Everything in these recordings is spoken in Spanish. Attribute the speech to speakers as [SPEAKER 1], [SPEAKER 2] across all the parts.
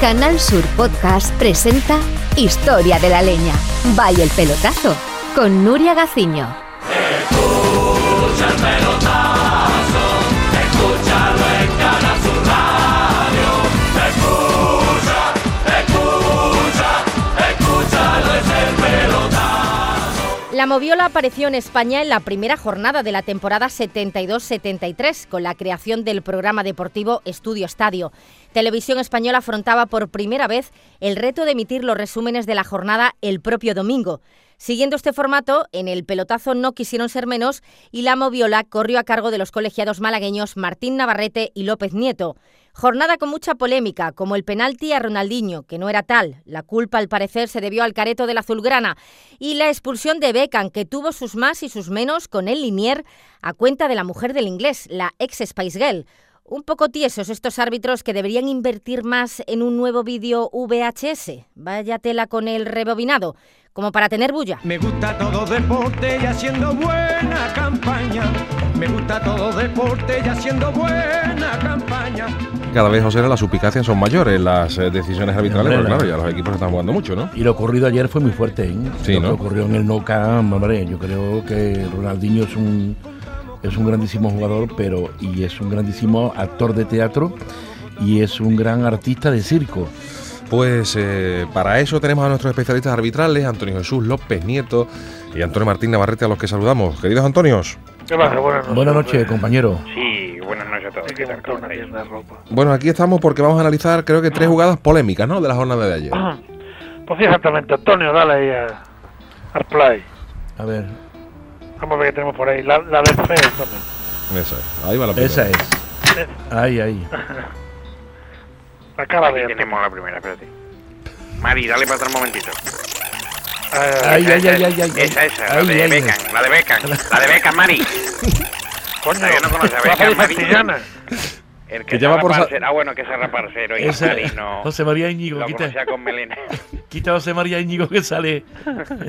[SPEAKER 1] Canal Sur Podcast presenta Historia de la Leña. Vaya el pelotazo con Nuria Gaciño.
[SPEAKER 2] Escucha el pelotazo, escúchalo en Canal Sur Radio. Escucha, escucha, escúchalo, es el pelotazo.
[SPEAKER 3] La Moviola apareció en España en la primera jornada de la temporada 72-73 con la creación del programa deportivo Estudio Estadio. Televisión Española afrontaba por primera vez el reto de emitir los resúmenes de la jornada el propio domingo. Siguiendo este formato, en el pelotazo no quisieron ser menos y la Moviola corrió a cargo de los colegiados malagueños Martín Navarrete y López Nieto. Jornada con mucha polémica, como el penalti a Ronaldinho, que no era tal. La culpa, al parecer, se debió al careto del azulgrana. Y la expulsión de Beckham, que tuvo sus más y sus menos con el Linier a cuenta de la mujer del inglés, la ex Spice Girl. Un poco tiesos estos árbitros que deberían invertir más en un nuevo vídeo VHS. Vaya tela con el rebobinado, como para tener bulla.
[SPEAKER 4] Me gusta todo deporte y haciendo buena campaña. Me gusta todo deporte y haciendo buena campaña.
[SPEAKER 5] Cada vez, José, las suspicacias son mayores, las eh, decisiones arbitrales, pero
[SPEAKER 6] Hombre,
[SPEAKER 5] claro,
[SPEAKER 6] la-
[SPEAKER 5] ya los equipos están jugando mucho, ¿no?
[SPEAKER 6] Y lo ocurrido ayer fue muy fuerte, ¿eh?
[SPEAKER 5] Sí,
[SPEAKER 6] lo
[SPEAKER 5] ¿no?
[SPEAKER 6] que ocurrió en el No Camp, hombre, yo creo que Ronaldinho es un es un grandísimo jugador, pero y es un grandísimo actor de teatro y es un gran artista de circo.
[SPEAKER 5] Pues eh, para eso tenemos a nuestros especialistas arbitrales, Antonio Jesús López Nieto y Antonio Martín Navarrete, a los que saludamos. Queridos Antonios,
[SPEAKER 7] ¿Qué pasa? Buenas noches.
[SPEAKER 6] Buenas noches, compañero.
[SPEAKER 8] Sí, buenas noches a todos. ¿Qué tal, cómo estáis?
[SPEAKER 5] bueno, aquí estamos porque vamos a analizar, creo que tres jugadas polémicas, ¿no? De la jornada de
[SPEAKER 6] Ah.
[SPEAKER 5] ayer.
[SPEAKER 7] Pues sí, exactamente, Antonio, dale ahí a, al play.
[SPEAKER 6] A ver,
[SPEAKER 7] Vamos a ver qué tenemos por ahí. La, la del feo, Antonio.
[SPEAKER 5] Esa es, ahí va la
[SPEAKER 6] esa
[SPEAKER 5] primera.
[SPEAKER 6] es. Ahí, ahí.
[SPEAKER 7] La cara
[SPEAKER 8] Aquí
[SPEAKER 7] de Antonio.
[SPEAKER 8] tenemos la primera, espérate. Mari, dale para atrás un momentito.
[SPEAKER 7] Ah,
[SPEAKER 6] Ay, ay, ay, ay, ay.
[SPEAKER 8] Esa, esa,
[SPEAKER 6] Ay,
[SPEAKER 8] la de
[SPEAKER 6] ay, ay.
[SPEAKER 8] Beckham, la de Beckham, la de Beckham, Mari.
[SPEAKER 7] coño,
[SPEAKER 8] yo no conozco a
[SPEAKER 7] la
[SPEAKER 8] Beckham,
[SPEAKER 7] calle
[SPEAKER 8] Mari.
[SPEAKER 7] Santillana.
[SPEAKER 8] El
[SPEAKER 5] Que
[SPEAKER 8] que,
[SPEAKER 5] ya va
[SPEAKER 8] se
[SPEAKER 5] por sa-
[SPEAKER 8] raparse- Ah, bueno, que se raparcero y
[SPEAKER 6] Esa-
[SPEAKER 8] Mari no...
[SPEAKER 6] José María Íñigo,
[SPEAKER 8] Lo
[SPEAKER 6] quita,
[SPEAKER 8] conocía con melena.
[SPEAKER 6] quita a José María Íñigo que sale.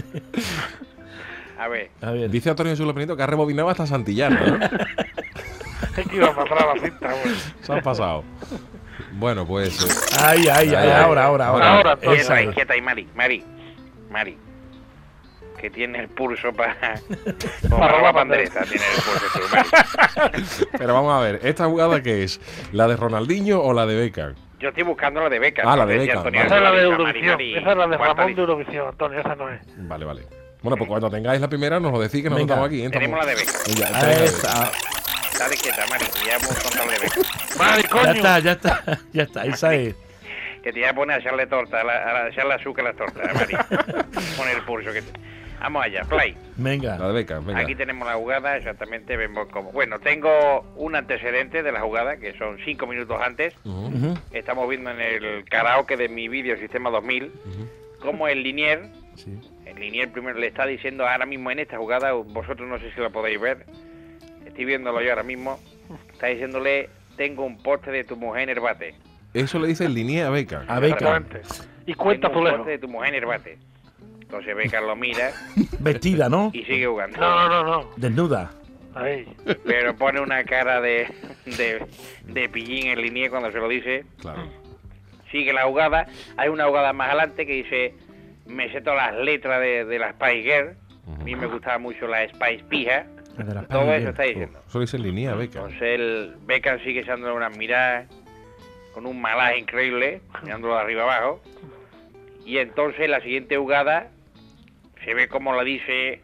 [SPEAKER 8] A ver,
[SPEAKER 6] A ver,
[SPEAKER 5] Dice Antonio Jesús López Nieto que ha rebobinado hasta Santillana, ¿no?
[SPEAKER 7] Es que iba a pasar a la cinta, güey.
[SPEAKER 5] Se han pasado. Bueno, pues... eh,
[SPEAKER 6] ay, ay, ay, ahora, ahora, ahora.
[SPEAKER 7] Ahora,
[SPEAKER 6] Esa
[SPEAKER 8] quieta ahí,
[SPEAKER 6] es.
[SPEAKER 8] quieta ahí, Mari, Mari, Mari. Que tiene el pulso para... Para la
[SPEAKER 7] robar
[SPEAKER 8] pandereta tiene el pulso tú, Mari.
[SPEAKER 5] Pero vamos a ver, ¿esta jugada qué es? ¿La de Ronaldinho o la de Beckham?
[SPEAKER 8] Yo estoy buscando la de Beckham.
[SPEAKER 5] Ah, la de
[SPEAKER 8] Decía
[SPEAKER 5] Beckham,
[SPEAKER 8] Antonio,
[SPEAKER 7] Esa es la de
[SPEAKER 8] Mari,
[SPEAKER 7] Eurovisión.
[SPEAKER 8] Mari,
[SPEAKER 7] Esa es la de
[SPEAKER 8] cuarta
[SPEAKER 7] Ramón
[SPEAKER 8] lista.
[SPEAKER 7] de Eurovisión, Antonio. Esa no es.
[SPEAKER 5] Vale, vale. Bueno, pues cuando tengáis la primera nos lo decís que nosotros
[SPEAKER 6] Venga.
[SPEAKER 5] estamos aquí. ¿eh? Estamos-
[SPEAKER 8] Tenemos la de Beckham.
[SPEAKER 5] Ya,
[SPEAKER 6] Ah,
[SPEAKER 5] tenemos la de-
[SPEAKER 6] esa.
[SPEAKER 8] Dale quieta, Mari, que ya hemos contado de Beckham.
[SPEAKER 7] Mari,
[SPEAKER 6] Ya
[SPEAKER 7] coño.
[SPEAKER 6] está, ya está, ya está, esa es.
[SPEAKER 8] Que te iba a poner a echarle torta, a, la- a la- a echarle azúcar a las tortas, a Mari. Poner el pulso. Que... Vamos allá, play.
[SPEAKER 6] Venga.
[SPEAKER 5] La de Beckham, venga.
[SPEAKER 8] Aquí tenemos la jugada, exactamente vemos cómo. Bueno, tengo un antecedente de la jugada, que son cinco minutos antes.
[SPEAKER 6] Ujú.
[SPEAKER 8] Estamos viendo en el karaoke de mi vídeo Sistema 2000 cómo el linier,
[SPEAKER 5] Sí.
[SPEAKER 8] el linier primero le está diciendo ahora mismo en esta jugada, vosotros no sé si lo podéis ver, estoy viéndolo yo ahora mismo, está diciéndole, tengo un poste de tu mujer en el bate.
[SPEAKER 5] Eso le dice línea a Beckham.
[SPEAKER 6] A Beckham.
[SPEAKER 7] Exactamente. Y cuenta
[SPEAKER 8] Tengo un
[SPEAKER 7] Fulejo.
[SPEAKER 8] poste de tu mujer en el bate. Entonces Beckham lo mira
[SPEAKER 6] Vestida, ¿no?
[SPEAKER 8] y sigue jugando.
[SPEAKER 7] No, no, no, no.
[SPEAKER 6] Desnuda.
[SPEAKER 7] Ahí.
[SPEAKER 8] Pero pone una cara de, de, de pillín en línea cuando se lo dice.
[SPEAKER 5] Claro.
[SPEAKER 8] Sigue la jugada. Hay una jugada más adelante que dice, me sé todas las letras de, de la Spice Girl. A mí me gustaba mucho la Spice Pija.
[SPEAKER 6] La de la
[SPEAKER 8] Todo eso
[SPEAKER 6] pandilla.
[SPEAKER 8] está diciendo.
[SPEAKER 5] Eso le dice línea a Beckham.
[SPEAKER 8] Entonces el Beckham sigue echándole unas miradas con un malaje increíble, mirándolo de arriba abajo. Y entonces la siguiente jugada se ve como la dice,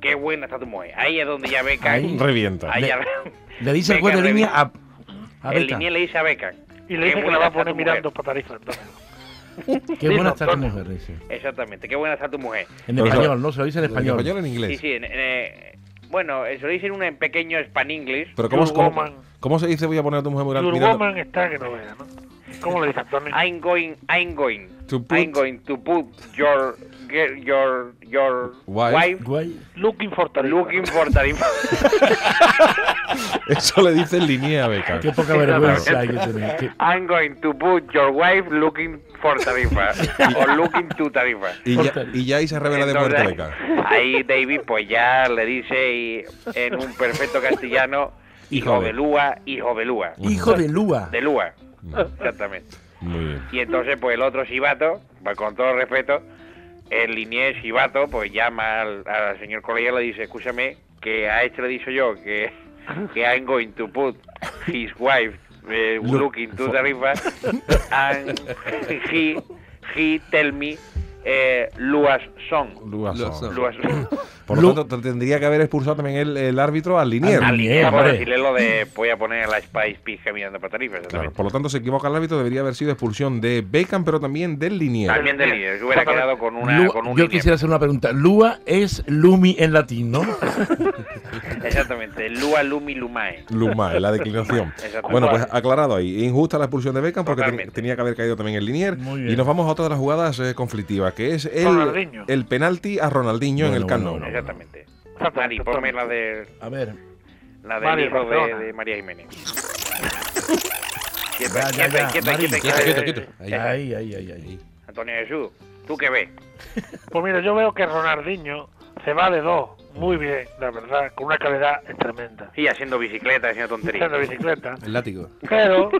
[SPEAKER 8] qué buena está tu mujer. Ahí es donde ya Beckham...
[SPEAKER 6] Ahí.
[SPEAKER 5] Revienta.
[SPEAKER 8] ahí
[SPEAKER 6] Le-
[SPEAKER 8] ya-
[SPEAKER 6] Le dice el
[SPEAKER 8] Beckham
[SPEAKER 6] juez de línea
[SPEAKER 8] revienta.
[SPEAKER 6] a, a
[SPEAKER 8] el
[SPEAKER 6] Beckham.
[SPEAKER 8] linier le dice a Beckham.
[SPEAKER 7] Y
[SPEAKER 8] "Qué
[SPEAKER 7] le dice que la
[SPEAKER 8] buena
[SPEAKER 7] va a
[SPEAKER 8] está tu
[SPEAKER 7] poner
[SPEAKER 8] mujer".
[SPEAKER 7] mirando para tarifa, Antonio.
[SPEAKER 6] Qué buena
[SPEAKER 7] Dilo,
[SPEAKER 6] está tu
[SPEAKER 7] Antonio.
[SPEAKER 6] mujer, dice.
[SPEAKER 8] Exactamente, qué buena está tu mujer.
[SPEAKER 6] En
[SPEAKER 5] Pero-
[SPEAKER 6] español, ¿no? Se lo dice en
[SPEAKER 5] En
[SPEAKER 6] español.
[SPEAKER 5] español o en
[SPEAKER 8] Sí,
[SPEAKER 5] inglés.
[SPEAKER 8] sí, en- en, eh, bueno, eso lo dicen en un pequeño span English.
[SPEAKER 5] Pero ¿cómo,
[SPEAKER 7] Your
[SPEAKER 5] cómo-
[SPEAKER 7] woman.
[SPEAKER 5] cómo se dice voy a poner a tu mujer
[SPEAKER 7] Your
[SPEAKER 5] mirando- mirando?
[SPEAKER 7] woman está que no vea, ¿no? ¿Cómo le dice Antonio?
[SPEAKER 8] I'm going, I'm going,
[SPEAKER 5] To put-
[SPEAKER 8] I'm going to put your, ge- your, your
[SPEAKER 5] Wife.
[SPEAKER 8] wife,
[SPEAKER 6] Guay.
[SPEAKER 7] Looking for tarifa.
[SPEAKER 8] looking for tarifa.
[SPEAKER 5] Eso le dice línea a Beckham.
[SPEAKER 6] Qué poca vergüenza hay que tener. Qué-
[SPEAKER 8] I'm going to put your wife looking for tarifa. o looking to tarifa.
[SPEAKER 5] Y ya, y ya ahí se revela de muerte
[SPEAKER 8] Entonces,
[SPEAKER 5] Beckham.
[SPEAKER 8] ahí David pues ya le dice y- en un perfecto castellano,
[SPEAKER 5] Hijo
[SPEAKER 8] hijo
[SPEAKER 5] de.
[SPEAKER 8] de Lúa, hijo de Lúa.
[SPEAKER 6] Hijo de Lúa.
[SPEAKER 5] Mm.
[SPEAKER 8] De Lúa, exactamente.
[SPEAKER 5] Muy bien.
[SPEAKER 8] Y entonces, pues el otro Sibato, pues, con todo respeto, el linier Sibato, pues llama al, al señor colegial y le dice, escúchame, que a este le dicho yo que, que I'm going to put his wife eh,
[SPEAKER 6] Look
[SPEAKER 8] looking to
[SPEAKER 6] for-
[SPEAKER 8] the river and he, he tell me eh, Luas song.
[SPEAKER 5] Luasón.
[SPEAKER 8] Luas
[SPEAKER 5] Por
[SPEAKER 6] Lu-
[SPEAKER 5] lo tanto, tendría que haber expulsado también el, el árbitro al Linier.
[SPEAKER 6] Al-
[SPEAKER 8] Alguien por
[SPEAKER 6] hombre.
[SPEAKER 8] decirle lo de voy a poner la Spice Pija mirando para Tarifa,
[SPEAKER 5] Claro,
[SPEAKER 8] exactamente.
[SPEAKER 5] por lo tanto, se equivoca el árbitro, debería haber sido expulsión de Beckham, pero también del Linier.
[SPEAKER 8] También del líder, que hubiera quedado con una,
[SPEAKER 6] Lua-
[SPEAKER 8] con un
[SPEAKER 6] yo
[SPEAKER 8] línea.
[SPEAKER 6] quisiera hacer una pregunta. Lua es Lumi en latín, ¿no?
[SPEAKER 8] Exactamente, Lua Lumi Lumae.
[SPEAKER 5] Luma, en la declinación.
[SPEAKER 8] Exacto.
[SPEAKER 5] bueno, pues aclarado ahí. Injusta la expulsión de Beckham porque ten-
[SPEAKER 8] Totalmente.
[SPEAKER 5] tenía que haber caído también el Linier.
[SPEAKER 6] Muy bien.
[SPEAKER 5] Y nos vamos a otra de las jugadas eh, conflictivas, que es el,
[SPEAKER 7] Ronaldinho.
[SPEAKER 5] el penalti a Ronaldinho en
[SPEAKER 6] Bueno,
[SPEAKER 5] el Camp
[SPEAKER 6] bueno,
[SPEAKER 5] Nou.
[SPEAKER 6] bueno.
[SPEAKER 8] Exactamente. Mari, ponme la de
[SPEAKER 6] A ver.
[SPEAKER 8] la del
[SPEAKER 7] Mari,
[SPEAKER 8] hijo de,
[SPEAKER 7] Barcelona.
[SPEAKER 8] de María Jiménez.
[SPEAKER 6] Ya, ya,
[SPEAKER 8] Quieta, quieta,
[SPEAKER 6] ya,
[SPEAKER 8] quieta,
[SPEAKER 6] Mari,
[SPEAKER 8] quieta,
[SPEAKER 5] quieta,
[SPEAKER 8] quieta.
[SPEAKER 5] quieta, quieta. Ahí.
[SPEAKER 8] Eh,
[SPEAKER 6] Ahí, ahí, ahí, ahí.
[SPEAKER 8] Antonio Jesús, ¿tú qué ves?
[SPEAKER 7] Pues mira, yo veo que Ronaldinho se va de dos, muy bien, la verdad, con una calidad tremenda.
[SPEAKER 8] Sí, haciendo bicicleta, haciendo
[SPEAKER 7] Haciendo
[SPEAKER 8] tonterías.
[SPEAKER 7] bicicleta,
[SPEAKER 9] El látigo.
[SPEAKER 7] pero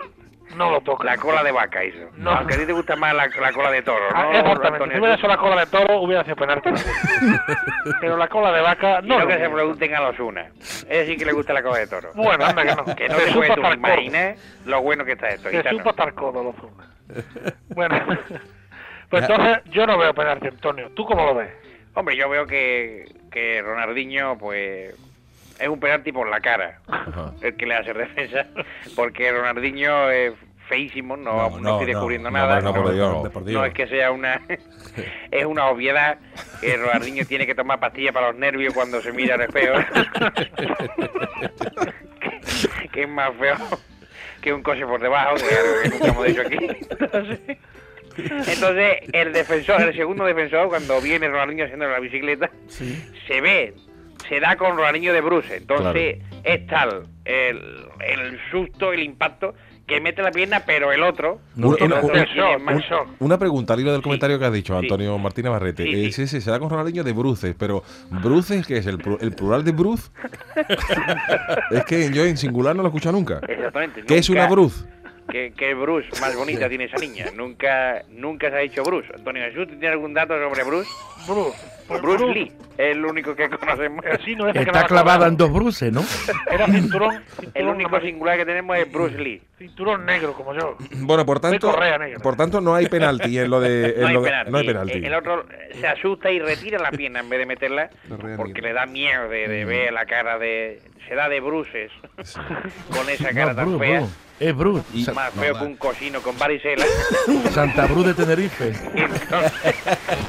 [SPEAKER 7] no lo toca.
[SPEAKER 8] La cola de vaca hizo.
[SPEAKER 7] No.
[SPEAKER 8] Aunque a ti te gusta más la, la cola de toro,
[SPEAKER 7] Ah,
[SPEAKER 8] ¿no?
[SPEAKER 7] Exactamente,
[SPEAKER 8] Antonio
[SPEAKER 7] si hubiera
[SPEAKER 8] Jesús?
[SPEAKER 7] hecho la cola de toro hubiera sido penalti. pero la cola de vaca
[SPEAKER 8] No,
[SPEAKER 7] no.
[SPEAKER 8] no que
[SPEAKER 7] lo
[SPEAKER 8] se
[SPEAKER 7] hubiera.
[SPEAKER 8] pregunten a los una. Es decir, que le gusta la cola de toro.
[SPEAKER 7] Bueno, anda que no.
[SPEAKER 8] Que no
[SPEAKER 7] Se
[SPEAKER 8] te
[SPEAKER 7] supo
[SPEAKER 8] puedes tú
[SPEAKER 7] hasta el
[SPEAKER 8] ni
[SPEAKER 7] codo.
[SPEAKER 8] imaginar lo bueno que está esto.
[SPEAKER 7] Se
[SPEAKER 8] gitano.
[SPEAKER 7] supo hasta el codo los zumbas. Bueno, pues entonces yo no veo penalti, Antonio. ¿Tú cómo lo ves?
[SPEAKER 8] Hombre, yo veo que, que Ronaldinho, pues, es un penalti por la cara
[SPEAKER 5] Ajá.
[SPEAKER 8] el que le hace defensa, porque Ronaldinho es feísimo, no,
[SPEAKER 5] No,
[SPEAKER 8] no,
[SPEAKER 5] no,
[SPEAKER 8] estoy descubriendo
[SPEAKER 5] no,
[SPEAKER 8] nada.
[SPEAKER 5] hombre, no, por Dios, por Dios.
[SPEAKER 8] No es que sea una. es una obviedad que Ronaldinho tiene que tomar pastillas para los nervios cuando se mira al espejo. que, que es más feo que un coche por debajo, que es algo que nunca hemos dicho aquí. Entonces, entonces, el defensor, el segundo defensor, cuando viene Ronaldinho haciendo la bicicleta, se ve, se da con Ronaldinho de Bruce. Entonces, es tal el, el susto, el impacto, que mete la pierna, pero el otro,
[SPEAKER 5] No,
[SPEAKER 8] el
[SPEAKER 5] no,
[SPEAKER 8] otro
[SPEAKER 5] un-
[SPEAKER 8] le tiene
[SPEAKER 7] un-
[SPEAKER 8] más
[SPEAKER 7] un-
[SPEAKER 8] shock.
[SPEAKER 5] Una pregunta al hilo del
[SPEAKER 8] Sí.
[SPEAKER 5] comentario que has dicho,
[SPEAKER 8] Sí.
[SPEAKER 5] Antonio Martínez Barrete.
[SPEAKER 8] Sí,
[SPEAKER 5] Eh,
[SPEAKER 8] sí.
[SPEAKER 5] Sí, sí, se da con Ronaldinho de bruces, pero ¿bruces qué es? ¿El, plu- el plural de bruz? es que yo en singular no lo he escuchado nunca.
[SPEAKER 8] Exactamente.
[SPEAKER 5] ¿Qué es
[SPEAKER 8] nunca-
[SPEAKER 5] una bruz?
[SPEAKER 8] ¿Qué, qué Bruce más bonita tiene esa niña? Nunca nunca se ha dicho Bruce. Antonio Jesús, ¿tú ¿tienes algún dato sobre Bruce?
[SPEAKER 7] Bruce. pues
[SPEAKER 8] Bruce
[SPEAKER 7] Bruce,
[SPEAKER 8] Lee es el único que conocemos.
[SPEAKER 7] el chino ese que
[SPEAKER 6] Está
[SPEAKER 7] daba
[SPEAKER 6] clavada en dos
[SPEAKER 7] codazo.
[SPEAKER 6] bruces, ¿no?
[SPEAKER 7] Era cinturón,
[SPEAKER 8] El
[SPEAKER 7] cinturón,
[SPEAKER 8] único singular que tenemos es Bruce Lee.
[SPEAKER 7] cinturón negro, como yo.
[SPEAKER 5] Bueno, por tanto,
[SPEAKER 7] Correa Negra.
[SPEAKER 5] por tanto no hay penalti en lo de... en
[SPEAKER 8] No hay,
[SPEAKER 5] lo de-
[SPEAKER 8] penalti.
[SPEAKER 5] no hay penalti.
[SPEAKER 8] El, el otro se asusta y retira la pierna en vez de meterla
[SPEAKER 5] Correa
[SPEAKER 8] porque
[SPEAKER 5] Negra.
[SPEAKER 8] le da miedo de,
[SPEAKER 5] Mm.
[SPEAKER 8] de ver la cara de... Se da de bruces con esa cara
[SPEAKER 6] No,
[SPEAKER 8] tan
[SPEAKER 6] Bruce,
[SPEAKER 8] fea.
[SPEAKER 6] Bruce. Es Bruce.
[SPEAKER 5] Y-
[SPEAKER 6] Sa-
[SPEAKER 8] Más feo que un cocino con varicela.
[SPEAKER 6] Santa Cruz de Tenerife.
[SPEAKER 8] Entonces,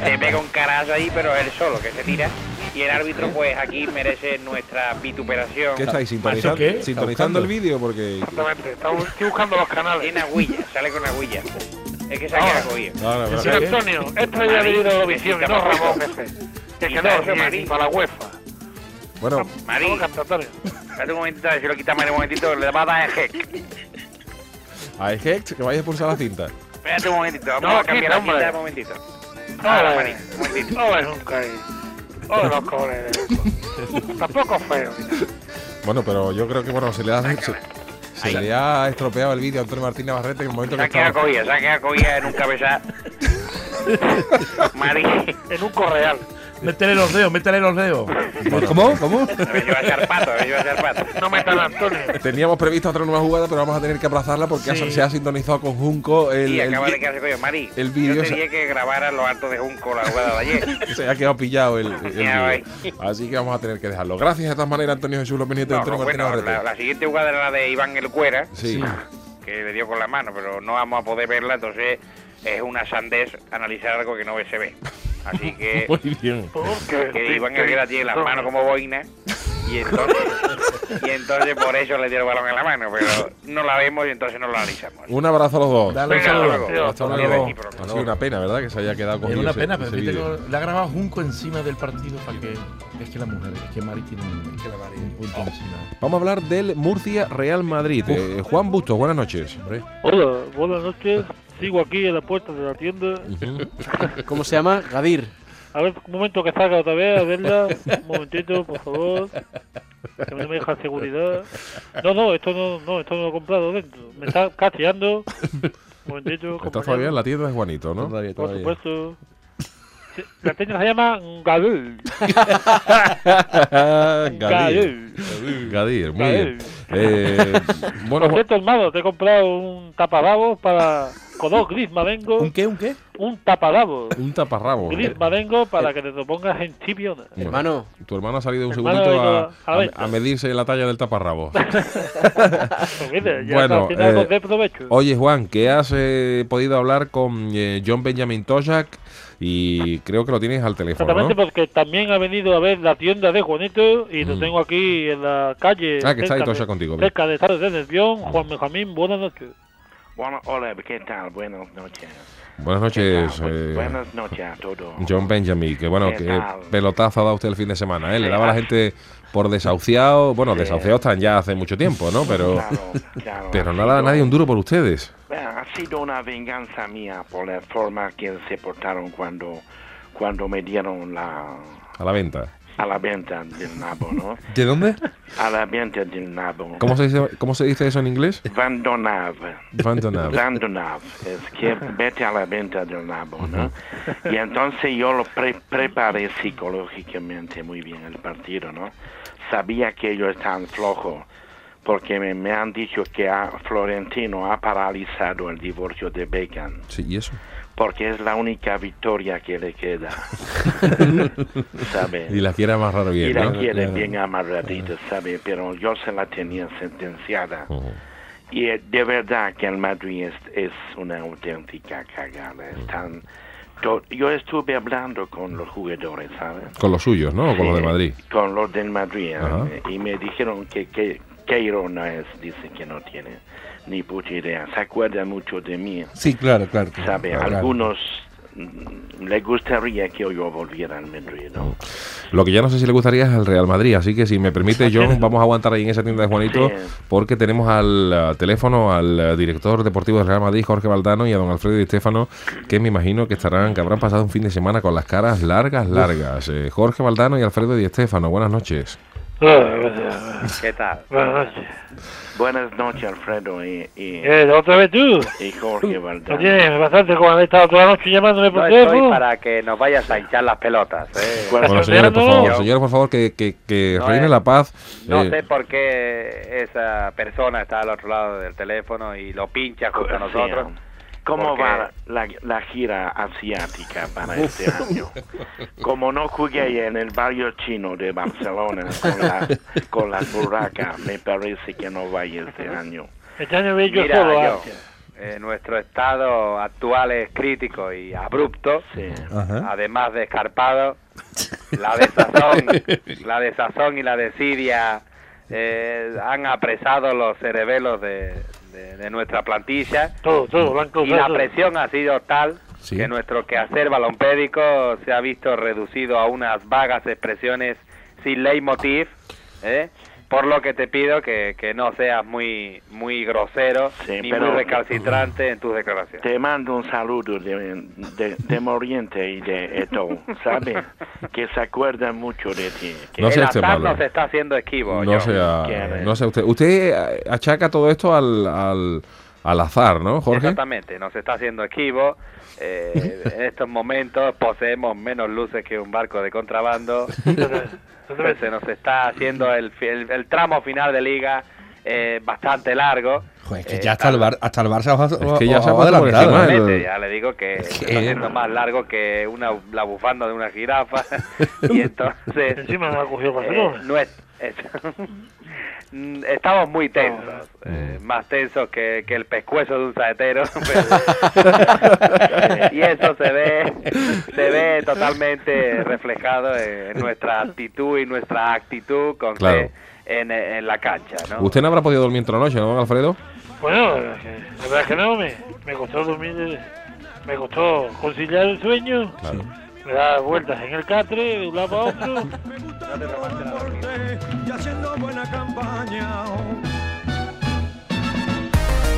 [SPEAKER 8] se pega un carazo ahí, pero él solo que se tira. Y el árbitro, pues aquí merece nuestra vituperación.
[SPEAKER 5] ¿Qué estáis
[SPEAKER 6] ¿Macho
[SPEAKER 5] sintonizando?
[SPEAKER 6] qué? ¿Está
[SPEAKER 5] ¿Sintonizando el
[SPEAKER 6] buscando?
[SPEAKER 5] vídeo? Porque...
[SPEAKER 7] Exactamente. Estaba- Estoy buscando los canales.
[SPEAKER 8] Tiene agüilla, sale con agüilla. Es que se ha quedado cogido.
[SPEAKER 5] Ahora,
[SPEAKER 6] ¿En
[SPEAKER 5] ahora.
[SPEAKER 7] Sí, Antonio, esta idea de ir a Eurovisión y no Ramón jefe. Que
[SPEAKER 8] Y
[SPEAKER 7] quedó
[SPEAKER 8] tal,
[SPEAKER 7] bien,
[SPEAKER 8] Marín.
[SPEAKER 7] para la UEFA.
[SPEAKER 5] Bueno,
[SPEAKER 8] Marín.
[SPEAKER 7] Vamos, Antonio.
[SPEAKER 8] Espérate un momentito, si lo quitamos en un momentito, le va a dar el heck.
[SPEAKER 5] a Hecht que vaya a expulsar la cinta.
[SPEAKER 8] Espérate un momentito, vamos
[SPEAKER 7] No,
[SPEAKER 8] a cambiar
[SPEAKER 7] quita,
[SPEAKER 8] la
[SPEAKER 7] hombre.
[SPEAKER 8] cinta un momentito. Ahora,
[SPEAKER 7] Ole,
[SPEAKER 8] Marín, un momentito.
[SPEAKER 7] ole nunca ahí. Ole los cojones. Tampoco feo. mira.
[SPEAKER 5] Bueno, pero yo creo que bueno, se le ha, se, se le ha estropeado el vídeo a Antonio Martínez Barrete en el momento
[SPEAKER 8] Se
[SPEAKER 5] que
[SPEAKER 8] ha
[SPEAKER 5] estaba...
[SPEAKER 8] quedado cogida, se ha quedado cogida en un cabeza. Marín.
[SPEAKER 7] En un correal.
[SPEAKER 6] Métele los dedos, métele los dedos.
[SPEAKER 5] ¿Cómo? ¿Cómo?
[SPEAKER 8] A ver si va a ser pato, a ver si va a ser pato.
[SPEAKER 7] No metan a Antonio.
[SPEAKER 5] Teníamos previsto otra nueva jugada, pero vamos a tener que aplazarla porque ha- se ha sintonizado con Junco el,
[SPEAKER 8] Y
[SPEAKER 5] el
[SPEAKER 8] acaba
[SPEAKER 5] vi-
[SPEAKER 8] de quedarse cogido. Mari,
[SPEAKER 5] el vídeo
[SPEAKER 8] yo te
[SPEAKER 5] se-
[SPEAKER 8] dije que grabara los altos de Junco la jugada de ayer.
[SPEAKER 5] se ha quedado pillado el, el
[SPEAKER 8] Ya,
[SPEAKER 5] vídeo. Así que vamos a tener que dejarlo. Gracias de todas maneras, Antonio Jesús López Nieto y
[SPEAKER 8] No,
[SPEAKER 5] Antonio
[SPEAKER 8] no,
[SPEAKER 5] Martínez
[SPEAKER 8] bueno, la,
[SPEAKER 5] Barrete.
[SPEAKER 8] la siguiente jugada era la de Iván El Cuera,
[SPEAKER 5] Sí.
[SPEAKER 8] que le dio con la mano, pero no vamos a poder verla, entonces es una sandez analizar algo que no se ve. Así que,
[SPEAKER 5] Muy bien.
[SPEAKER 7] Porque
[SPEAKER 8] que Iván Elguera tiene las manos como boina y entonces, y entonces por eso le dio el balón en la mano, pero no la vemos y entonces no la analizamos.
[SPEAKER 5] Un abrazo a los dos.
[SPEAKER 6] Dale un
[SPEAKER 7] Venga,
[SPEAKER 6] saludo.
[SPEAKER 7] tío.
[SPEAKER 5] Hasta
[SPEAKER 8] Adiós,
[SPEAKER 5] luego.
[SPEAKER 8] equipo.
[SPEAKER 5] Ha sido una pena, ¿verdad? Que se haya quedado
[SPEAKER 6] Es
[SPEAKER 5] cogido
[SPEAKER 6] una
[SPEAKER 5] ese-
[SPEAKER 6] pena,
[SPEAKER 5] ese
[SPEAKER 6] pero viste
[SPEAKER 5] vídeo.
[SPEAKER 6] que le ha grabado Junco encima del partido para que. Es que la mujer, es que Mari tiene un, un punto encima.
[SPEAKER 5] Vamos a hablar del Murcia Real Madrid. Eh, Juan Bustos, buenas noches.
[SPEAKER 7] Hola, buenas noches. Sigo aquí en la puerta de la tienda.
[SPEAKER 9] ¿Cómo se llama? Gadir.
[SPEAKER 7] A ver, un momento que salga otra vez, a verla. Un momentito, por favor. Que no me deja seguridad. No, no, esto no, no, esto no lo he comprado dentro. Me está casteando. momentito.
[SPEAKER 5] Estás
[SPEAKER 7] compañero.
[SPEAKER 5] todavía en la tienda de Juanito, ¿no?
[SPEAKER 10] Todavía,
[SPEAKER 7] Por
[SPEAKER 10] todavía.
[SPEAKER 7] supuesto. Sí, La tienda se llama Gadul.
[SPEAKER 5] Gadir. Gadir, muy bien. Eh, bueno,
[SPEAKER 7] Por cierto, hermano, te he comprado un tapadabos para. Con dos gris marengo.
[SPEAKER 10] ¿Un qué? ¿Un qué?
[SPEAKER 7] Un tapadabos.
[SPEAKER 5] un taparrabo.
[SPEAKER 7] Gris marengo
[SPEAKER 5] Eh.
[SPEAKER 7] para que te lo pongas en tibiona.
[SPEAKER 9] Hermano,
[SPEAKER 5] Tu hermano ha salido un
[SPEAKER 7] Hermano,
[SPEAKER 5] segundito a,
[SPEAKER 7] vengo a la
[SPEAKER 5] a-
[SPEAKER 7] venta.
[SPEAKER 5] a medirse la talla del taparrabo.
[SPEAKER 7] Pues mire, ya
[SPEAKER 5] Bueno,
[SPEAKER 7] está haciendo algo
[SPEAKER 5] eh,
[SPEAKER 7] de provecho.
[SPEAKER 5] Oye, Juan, que has eh, podido hablar con eh, John Benjamin Toshak y creo que lo tienes al teléfono,
[SPEAKER 7] Exactamente,
[SPEAKER 5] ¿no?
[SPEAKER 7] porque también ha venido a ver la tienda de Juanito y lo
[SPEAKER 5] Mm.
[SPEAKER 7] tengo aquí en la calle.
[SPEAKER 5] Ah, que está ahí
[SPEAKER 7] cerca
[SPEAKER 5] todo
[SPEAKER 7] de-
[SPEAKER 5] ya contigo, bien. Mm.
[SPEAKER 7] Cerca de Tarde de Nervión, Juan Benjamín, buenas noches.
[SPEAKER 8] Bueno, hola, ¿qué tal? Buenas noches.
[SPEAKER 5] Buenas
[SPEAKER 8] ¿Qué
[SPEAKER 5] noches,
[SPEAKER 8] tal? Bu-
[SPEAKER 5] eh,
[SPEAKER 8] Buenas noches a todos.
[SPEAKER 5] John Benjamin. Que bueno,
[SPEAKER 8] ¿Qué
[SPEAKER 5] que
[SPEAKER 8] tal?
[SPEAKER 5] pelotazo ha dado usted el fin de semana, ¿eh? Le
[SPEAKER 8] Sí,
[SPEAKER 5] daba a la
[SPEAKER 8] ah.
[SPEAKER 5] gente por desahuciado. Bueno,
[SPEAKER 8] Sí.
[SPEAKER 5] desahuciados están ya hace mucho tiempo, ¿no? Pero,
[SPEAKER 8] Claro, claro,
[SPEAKER 5] pero
[SPEAKER 8] ha
[SPEAKER 5] no le da
[SPEAKER 8] sido-
[SPEAKER 5] nadie un duro por ustedes.
[SPEAKER 8] Ha sido una venganza mía por la forma que se portaron cuando, cuando me dieron la,
[SPEAKER 5] A la venta.
[SPEAKER 8] a la venta del nabo, ¿no?
[SPEAKER 5] ¿De dónde?
[SPEAKER 8] A la venta del nabo.
[SPEAKER 5] ¿Cómo se dice, cómo se dice eso en inglés?
[SPEAKER 8] Vandonav.
[SPEAKER 5] Fantanab.
[SPEAKER 8] Vandonav. Es que vete a la venta del nabo,
[SPEAKER 5] Mhm.
[SPEAKER 8] ¿no? Y entonces yo lo pre- preparé psicológicamente muy bien el partido, ¿no? Sabía que ellos estaban flojos. Porque me, me han dicho que ha- Florentino ha paralizado el divorcio de Bacon.
[SPEAKER 5] Sí, ¿y eso?
[SPEAKER 8] porque es la única victoria que le queda. ¿Sabe?
[SPEAKER 5] Y la quiere amarrar
[SPEAKER 8] Y
[SPEAKER 5] bien,
[SPEAKER 8] la
[SPEAKER 5] ¿no?
[SPEAKER 8] quiere bien amarradita, ¿sabe? Pero yo se la tenía sentenciada.
[SPEAKER 5] Ujú.
[SPEAKER 8] Y eh, de verdad que el Madrid es, es una auténtica cagada. Están to- yo estuve hablando con los jugadores, ¿sabes?
[SPEAKER 5] Con los suyos, ¿no? O con los de
[SPEAKER 8] Sí,
[SPEAKER 5] Madrid.
[SPEAKER 8] Con los del Madrid. ¿eh?
[SPEAKER 5] Ajá.
[SPEAKER 8] Y me dijeron que, que Keiro no es, dice que no tiene ni puta idea. Se acuerda mucho de mí.
[SPEAKER 10] Sí, claro, claro. claro,
[SPEAKER 8] Sabe,
[SPEAKER 10] claro.
[SPEAKER 8] algunos mm, le gustaría que yo volviera al Madrid,
[SPEAKER 5] Mm.
[SPEAKER 8] ¿no?
[SPEAKER 5] Lo que ya no sé si le gustaría es el Real Madrid, así que si me permite, John, vamos a aguantar ahí en esa tienda de Juanito,
[SPEAKER 8] Sí.
[SPEAKER 5] porque tenemos al eh, teléfono al eh, director deportivo del Real Madrid, Jorge Valdano, y a don Alfredo Di Stefano, que me imagino que estarán, que habrán pasado un fin de semana con las caras largas, largas. Eh, Jorge Valdano y Alfredo Di Stefano, buenas noches.
[SPEAKER 7] Ah,
[SPEAKER 8] ¿Qué tal?
[SPEAKER 7] Buenas noches.
[SPEAKER 8] Buenas noches, Alfredo y, y,
[SPEAKER 7] Eh, ¿Otra vez tú?
[SPEAKER 8] y Jorge Valdano.
[SPEAKER 7] Lo tienes Pues bastante como haber estado toda la noche llamándome por teléfono.
[SPEAKER 8] que nos vayas a hinchar las pelotas.
[SPEAKER 11] ¿eh?
[SPEAKER 7] Bueno,
[SPEAKER 5] Bueno, señores, por favor,
[SPEAKER 7] Yo-
[SPEAKER 5] señores, por favor, que, que, que
[SPEAKER 11] No,
[SPEAKER 5] reine
[SPEAKER 11] eh,
[SPEAKER 5] la paz.
[SPEAKER 11] No
[SPEAKER 5] Eh,
[SPEAKER 11] sé por qué esa persona está al otro lado del teléfono y lo pincha junto a nosotros.
[SPEAKER 8] ¿Cómo
[SPEAKER 11] porque-
[SPEAKER 8] va la, la gira asiática para este año? Como no jugué en el barrio chino de Barcelona con, la, con las burracas, me parece que no vaya este año.
[SPEAKER 7] Este año voy yo
[SPEAKER 11] Mira,
[SPEAKER 7] solo. ah.
[SPEAKER 11] yo,
[SPEAKER 7] Asia.
[SPEAKER 11] eh, nuestro estado actual es crítico y abrupto,
[SPEAKER 8] Sí.
[SPEAKER 10] Ajá.
[SPEAKER 11] además de escarpado. La desazón, la desazón y la desidia eh, han apresado los cerebelos de, de- de nuestra plantilla.
[SPEAKER 7] Todo, todo, blanco,
[SPEAKER 11] Y la
[SPEAKER 7] todo.
[SPEAKER 11] presión ha sido tal
[SPEAKER 10] Sí.
[SPEAKER 11] que nuestro quehacer balompédico se ha visto reducido a unas vagas expresiones sin leitmotiv, ¿eh? por lo que te pido que, que no seas muy muy grosero
[SPEAKER 8] Sí,
[SPEAKER 11] ni
[SPEAKER 8] pero-
[SPEAKER 11] muy recalcitrante en tus declaraciones.
[SPEAKER 8] Te mando un saludo de, de, de Moriente y de Eto, ¿sabes? Que se acuerdan mucho de ti. Que-
[SPEAKER 5] No
[SPEAKER 11] El
[SPEAKER 5] sea usted
[SPEAKER 11] azar
[SPEAKER 5] malo.
[SPEAKER 11] nos está haciendo esquivo.
[SPEAKER 5] no
[SPEAKER 11] John.
[SPEAKER 5] sea,
[SPEAKER 8] quiere.
[SPEAKER 5] no sea usted. Usted achaca todo esto al, al, al azar, ¿no, Jorge?
[SPEAKER 11] Exactamente, nos está haciendo esquivo. eh, en estos momentos poseemos menos luces que un barco de contrabando. Pues se nos está haciendo el, fi- el- el tramo final de liga eh, bastante largo.
[SPEAKER 10] Joder, es
[SPEAKER 11] Eh,
[SPEAKER 10] que ya hasta el, Bar- hasta el Barça os ha-
[SPEAKER 5] Es que ya
[SPEAKER 10] os
[SPEAKER 5] se ha
[SPEAKER 10] ha
[SPEAKER 5] pasado por
[SPEAKER 10] adelantado, ¿eh?
[SPEAKER 5] encima, ¿eh?
[SPEAKER 11] Exactamente,
[SPEAKER 5] el-
[SPEAKER 11] ya le digo que se
[SPEAKER 10] ¿Qué?
[SPEAKER 11] está haciendo más largo que una, la bufanda de una jirafa. y entonces
[SPEAKER 7] Encima me ha cogido
[SPEAKER 11] eh,
[SPEAKER 7] Barcelona.
[SPEAKER 11] no es- es- Mm, estamos muy tensos, eh,
[SPEAKER 5] Mm.
[SPEAKER 11] más tensos que, que el pescuezo de un saetero. pero- y eso se ve, se ve totalmente reflejado en nuestra actitud y nuestra actitud con
[SPEAKER 5] Claro.
[SPEAKER 11] que- en, en la cancha. ¿no?
[SPEAKER 5] Usted no habrá podido dormir toda la noche, ¿no, Alfredo?
[SPEAKER 7] Bueno, la verdad que- la verdad que no, me, me costó dormir, eh, me costó conciliar el sueño,
[SPEAKER 5] Claro.
[SPEAKER 7] me daba vueltas en el catre de un lado a otro.
[SPEAKER 4] y haciendo buena campaña.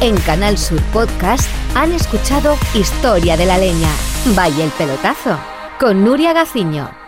[SPEAKER 1] En Canal Sur Podcast han escuchado Historia de la Leña, Vaya el Pelotazo, con Nuria Gaciño.